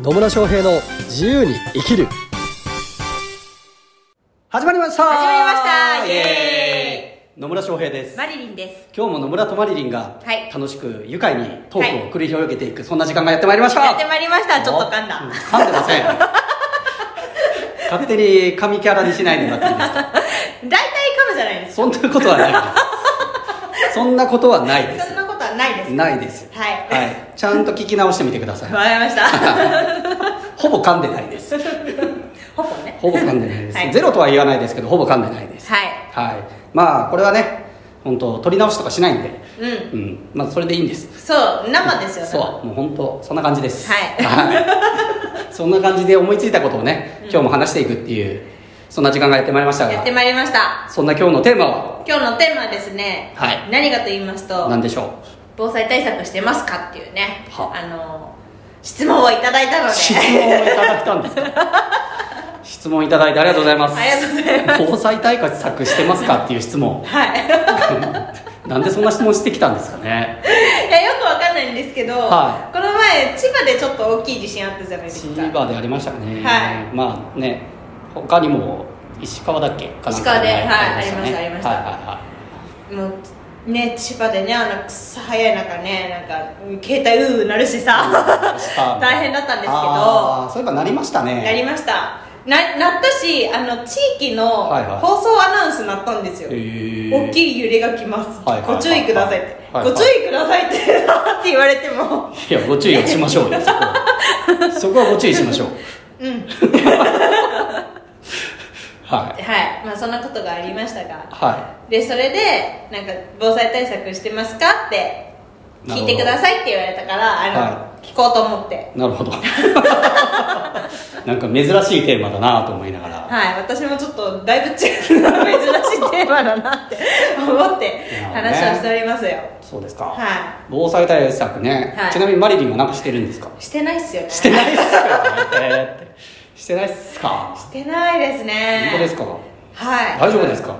野村翔平の自由に生きる始まりました始まりましたイエーイ野村翔平ですマリリンです。今日も野村とマリリンがはい楽しく愉快にトークはを繰り広げていく、そんな時間がやってまいりましたやってまいりました。ちょっと噛んうだ。噛んでません勝手に神キャラにしないでもらっていいですか大体噛むじゃないですそんなことはないですそんなことはないでか。そんすなことはないです。ないですはい。はいちゃんと聞き直してみてくださいわかり ました。ほぼ噛んでないですほぼね。ほぼ噛んでないです、はいゼロとは言わないですけどほぼ噛んでないですはい。はいまあこれはね本当取り直しとかしないんでうん。うんまあそれでいいんですそう、生ですよね。そうもう本当そんな感じですはいはい そんな感じで思いついたことをね今日も話していくっていう、そんな時間がやってまいりましたやがってまいりました。そんな今日のテーマは今日のテーマはですね、はい何かと言いますと、何でしょ防災対策してますかっていうね、はあの、質問をいただいたのうで、質問をいただいたんですか質問いただいてありがとうございます ありがとうございます防災対策してますかっていう質問はい。なんでそんな質問してきたんですかねいや、よくわかんないんですけど、はこの前、千葉でちょっと大きい地震あったじゃないですか。千葉でありましたね、はまあね他にも石川だっけかなんか石川ではいねありましたありましたはいはいはいもうね千葉でねあの草早い中ねなんかうん携帯うーうなるしさ 大変だったんですけどあーそういえばなりましたねなりましたななったしあの地域のはいはい放送アナウンスなったんですよ、大大いきい揺れが来ます、はいはいはいご注意くださいって、はいはいご注意くださいって って言われてもいやご注意をしましょう よそこはそこはご注意しましょううんはいはいまあそんなことがありましたがはでそれでなんか防災対策してますかって聞いてくださいって言われたからあの、は聞こうと思っていなるほど なんか珍しいテーマだなと思いながら、はい、私もちょっとだいぶ違う珍しいテーマだなって思って話をしておりますよ、そうですか、は防災対策ね、はいちなみにマリリンは何かしてるんですかいしてないっすよ ねしてないっす よねえーってしてないっすかしてないですね本当ですかはい大丈夫ですか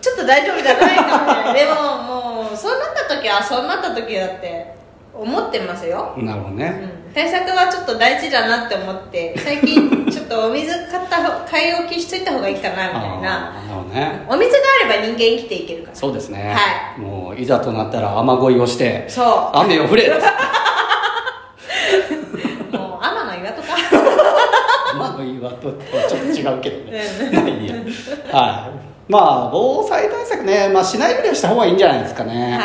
ちょっと大丈夫じゃないかもしれないでももうそうなった時はそうなった時だって思ってますよ、なるほどうねん、対策はちょっと大事だなって思って最近ちょっとお水買った方買い置きしといた方がいいかなみたいあなーなるほどねお水があれば人間生きていけるからそうですね、はいもういざとなったら雨乞いをして そう雨を降れもう天の岩とか雨乞いはとちょっと違うけどねうまあいいやはいまあ防災対策ね、まあ、しないよりはした方がいいんじゃないですかね、はい。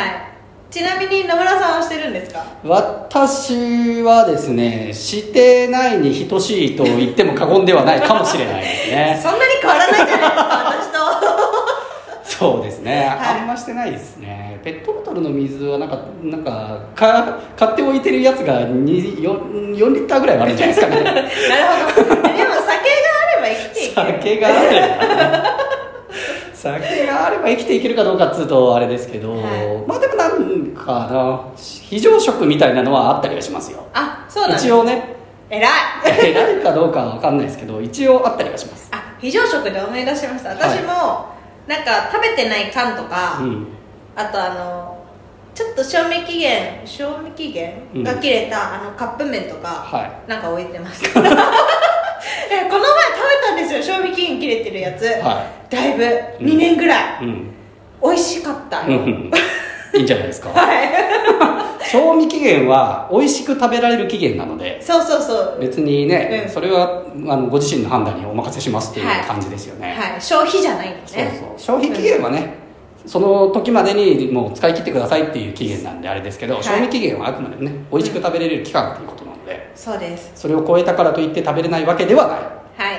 ちなみに野村さんはしてるんですか。私はですねしてないに等しいと言っても過言ではないかもしれないですねそんなに変わらないじゃないですか、私と。 そうですね、はいあんましてないですねペットボトルの水はなんかなんかか買っておいてるやつがに 4, 4リッターぐらいはあるんじゃないですかねなるほど。でも酒があれば生きていけ酒 る。があれば酒があれば生きていけるかどうかっつうとあれですけど、はいまあでもなんかな非常食みたいなのはあったりはしますよあ、そうなんです。一応ね 偉い。偉いかどうかは分かんないですけど一応あったりはしますあ、非常食で思い出しました。私も、なんか食べてない缶とか、うんあとあの。ちょっと賞味期限賞味期限が切れた、あのカップ麺とか、はなんか置いてます えこの前食べたんですよ賞味期限切れてるやつ、はだいぶうん2年ぐらい、いうん美味しかったうんよ、うんいいんじゃないです かは賞味期限は美味しく食べられる期限なのでい、そうそうそう、別にね、うんそれはあのご自身の判断にお任せしますっていう感じですよね、はい、消費じゃないんですそうねそう消費期限はね、その時までにもう使い切ってくださいっていう期限なんであれですけど、はい賞味期限はあくまでもね美味しく食べれる期間っていうことなのでそうですそれを超えたからといって食べれないわけではない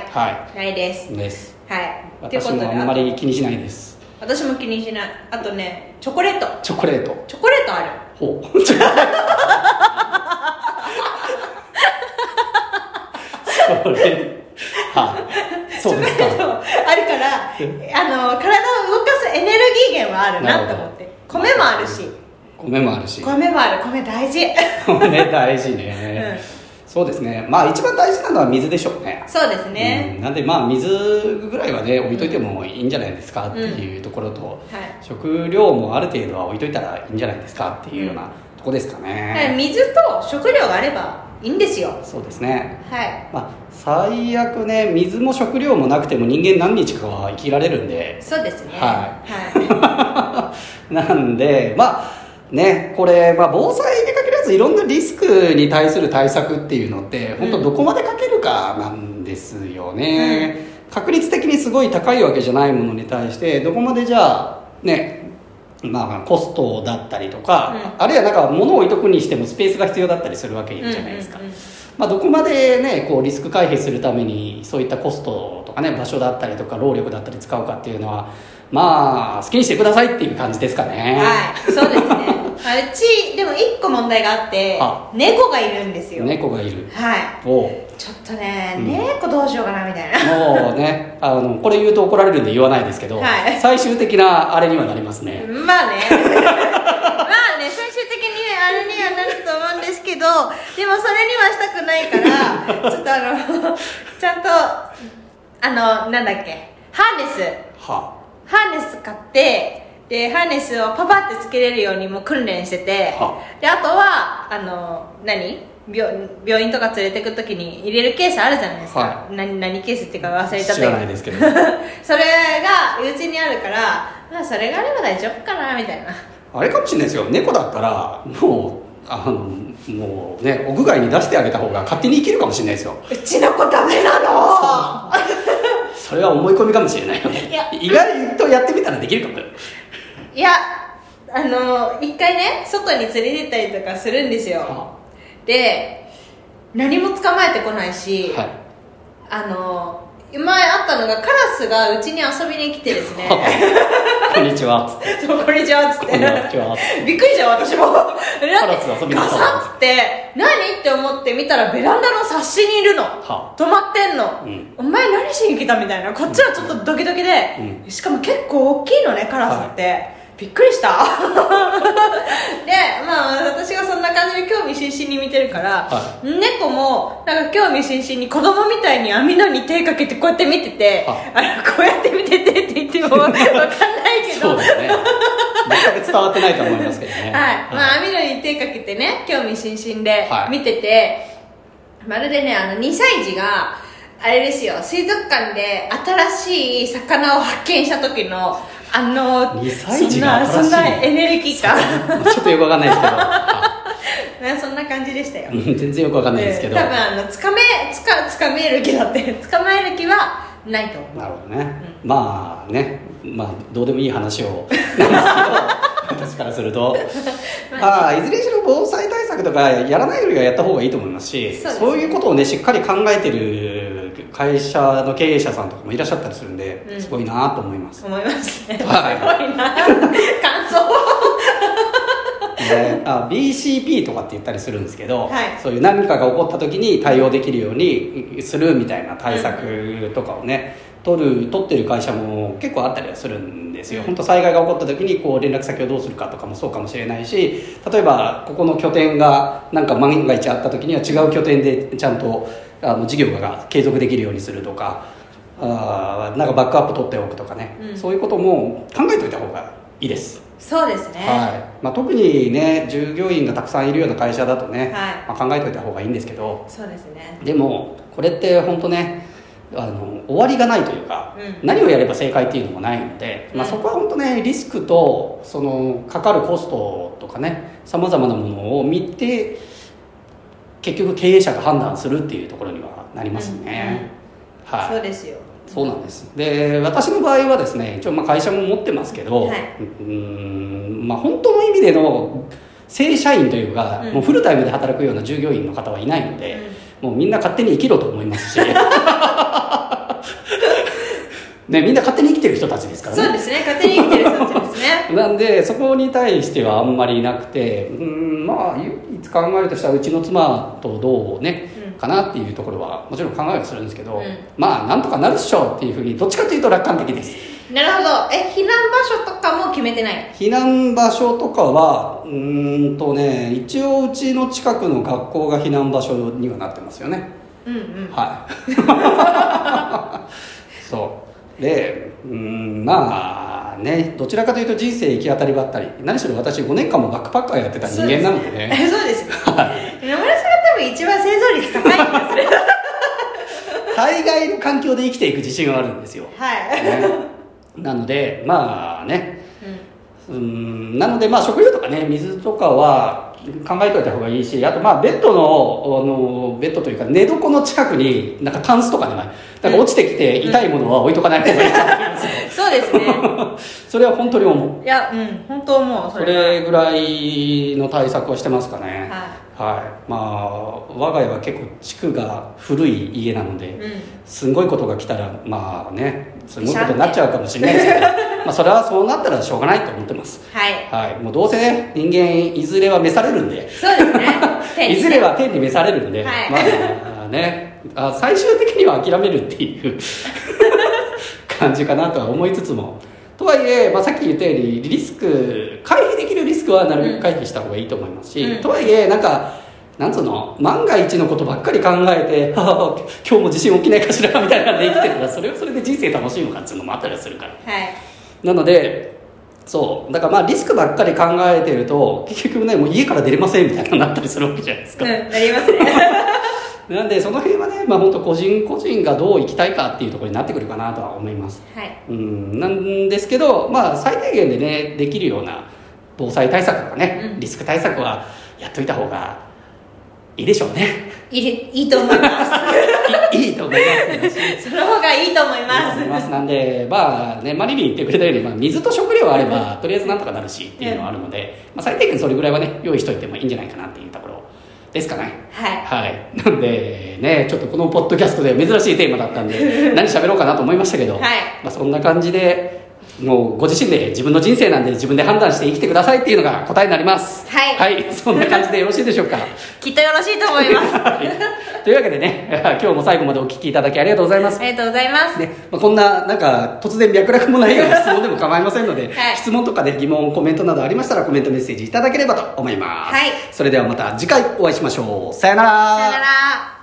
はいはないですいですはいっていう私こともであんまあり気にしないです私も気にしないあとねチョコレートチョコレートチョコレートあほう チョコレートそれはいそうでするかあるからあの体を動かすエネルギー源はあるなと思って米もあるし米もあるし米もある米大事米大事ね、そうですねまあ一番大事なのは水でしょうねそうですね、うん、なんでまあ水ぐらいはね置いといてもいいんじゃないですかっていうところと、はい食料もある程度は置いといたらいいんじゃないですかっていうようなとこですかだからね、水と食料があればいいんですよそうですねはいまあ最悪ね水も食料もなくても人間何日かは生きられるんでそうですねはは なんでまあねこれ、まあ、防災にかけるやついろんなリスクに対する対策っていうのって本当どこまでかけるかなんですよね、確率的にすごい高いわけじゃないものに対してどこまでじゃあねまあ、コストだったりとか、あるいはなんか物を置いとくにしてもスペースが必要だったりするわけいじゃ ないですか、うんうんうんまあ、どこまで、ね、こうリスク回避するためにそういったコストとかね場所だったりとか労力だったり使うかっていうのはまあ好きにしてくださいっていう感じですかねはいそうですねあうちでも一個問題があってあ猫がいるんですよ猫がいるはをいちょっとね、うん猫どうしようかなみたいなもうねあのこれ言うと怒られるんで言わないですけど、はい最終的なあれにはなりますね、まあねまあね最終的にあれにはなると思うんですけどでもそれには したくないからちょっとあのちゃんとあのなんだっけハーネスはハーネス買ってでハーネスをパパってつけれるようにも訓練しててはであとはあの何病病院とか連れてく時に入れるケースあるじゃないですか、は何何ケースっていうか忘れちゃった知けどらないですけど それがうちにあるから、まあ、それがあれば大丈夫かなみたいなあれかもしれないですよ猫だったらもうあのもうね屋外に出してあげた方が勝手に生きるかもしれないですようちの子ダメなのそれは思い込みかもしれないよいやね意外とやってみたらできるかもよいやあの一回ね外に連れてったりとかするんですよはで何も捕まえてこないし、い、あの前あったのがカラスがうちに遊びに来て ですねこんにちはっつ ってそうこれじゃっつっこんてにちはっつってびっくりじゃん 私もカラス遊びに来たのガサッつって何って思って見たらベランダの冊子にいるのは止まってんの、うんお前何しに来たみたいなこっちはちょっとドキドキで、うしかも結構大きいのねカラスって、びっくりした でまあ私がそんな感じで興味津々に見てるから、は猫もなんか興味津々に子供みたいに網戸に手かけてこうやって見てて、はあのこうやって見ててって言ってもわかんないけそどうですね全く伝わってないと思いますけどねはい、まあ、網戸に手かけてね興味津々ではい見てて、まるでねあの2歳児があれですよ水族館で新しい魚を発見した時のあの二歳児がそんなそん新しいなエネルギー 感ちょっとよくわかんないですけどあねそんな感じでしたよ、うん全然よくわかんないですけど、で多分あのつかめつかつかめる気だって 捕まえる気はないと思うなるほどね、まあねまあどうでもいい話をなんですけど私からする とああいずれにしろ防災対策とかやらないよりはやった方がいいと思いますしそうですねいうことをねしっかり考えてる会社の経営者さんとかもいらっしゃったりするんで、うんすごいなと思います、思いますね、はすごいな感想であ BCP とかって言ったりするんですけど、はいそういう何かが起こった時に対応できるようにするみたいな対策とかをね、取る取ってる会社も結構あったりはするんですよ、うん本当災害が起こった時にこう連絡先をどうするかとかもそうかもしれないし例えばここの拠点がなんか万が一あった時には違う拠点でちゃんとあの事業が継続できるようにするとかあーなんかバックアップ取っておくとかね、うんそういうことも考えておいた方がいいです。そうですね、はいまあ、特にね従業員がたくさんいるような会社だとね、はまあ、考えといた方がいいんですけどそうですねでもこれって本当ねあの終わりがないというか、うん何をやれば正解っていうのもないので、まあ、うんそこは本当ねリスクとそのかかるコストとかねさまざまなものを見て結局経営者が判断するっていうところにはなりますね。はいそうですよそうなんですで私の場合はですね一応まあ会社も持ってますけど、はいーうんまあ本当の意味での正社員というか、うんもうフルタイムで働くような従業員の方はいないので、もうみんな勝手に生きろと思い ますしねみんな勝手に生きてる人たちですからそうですね勝手に生きてる人たちです ねなんでそこに対してはあんまりなくてうんまあ唯一考えるとしたらうちの妻とどうね、うんかなっていうところはもちろん考えはするんですけど、うんまあなんとかなるっしょっていうふうにどっちかというと楽観的ですなるほどえ避難場所とかも決めてない避難場所とかはうーんとね一応うちの近くの学校が避難場所にはなってますよねうんうんはい そうでうーんまあねどちらかというと人生行き当たりばったり何しろ私5年間もバックパッカーやってた人間なのでね えそうです野村さんが多分一番生存率高いん ですね災害の環境で生きていく自信があるんですよ、はい、ねなのでまあねうんうんなのでまあ食料とかね水とかは考えといた方がいいしあとまあベッドのあのベッドというか寝床の近くになんかタンスとかねなんか落ちてきて痛いものは置いとかない方がいいと思いますよ、そうです ねそれは本当に思ういやうん本当もうそそれはれぐらいの対策をしてますかねははいまあ我が家は結構地区が古い家なので、い、うん、すんごいことが来たらまあねすんごいことになっちゃうかもしれないですけどまあそれはそうなったらしょうがないと思ってますはいはい、もうどうせね人間いずれは召されるんでそうです ね手にいずれは天に召されるんで、はいまあねあ最終的には諦めるって いう感じかなとは思いつつもとはいえ、まあ、さっき言ったようにリスク回避できるリスクはなるべく回避した方がいいと思いますし、うんとはいえなんかなんつうの万が一のことばっかり考えて「 はあ今日も地震起きないかしら」みたいなんで生きてたらそれはそれで人生楽しいのかっていうのもあったりはするから。はいなのでそうだからまあリスクばっかり考えてると結局ねもう家から出れませんみたいになったりするわけじゃないですうか、んなります ねなんでその辺はねまあ本当個人個人がどう生きたいかっていうところになってくるかなとは思いますはいうんなんですけどまあ最低限でねできるような防災対策とかね、うんリスク対策はやっといた方がいいでしょう ねいいいいと思いますいいいと思います その方がいいと思います思いますなんでまあねマリリン言ってくれたように、まあ、水と食料あればとりあえずなんとかなるしっていうのはあるので、まあ、最低限それぐらいはね用意しといてもいいんじゃないかなっていうところですかねはいはいなんでねちょっとこのポッドキャストで珍しいテーマだったん で何喋ろうかなと思いましたけど、はいまあ、そんな感じでもうご自身で自分の人生なんで自分で判断して生きてくださいっていうのが答えになりますはいはい、そんな感じでよろしいでしょうかきっとよろしいと思います というわけでね今日も最後までお聞きいただきありがとうございますありがとうございますねまあ、こんななんか突然脈絡もないような質問でも構いませんので、はい質問とかで疑問コメントなどありましたらコメントメッセージいただければと思います、はいそれではまた次回お会いしましょうさよさよなら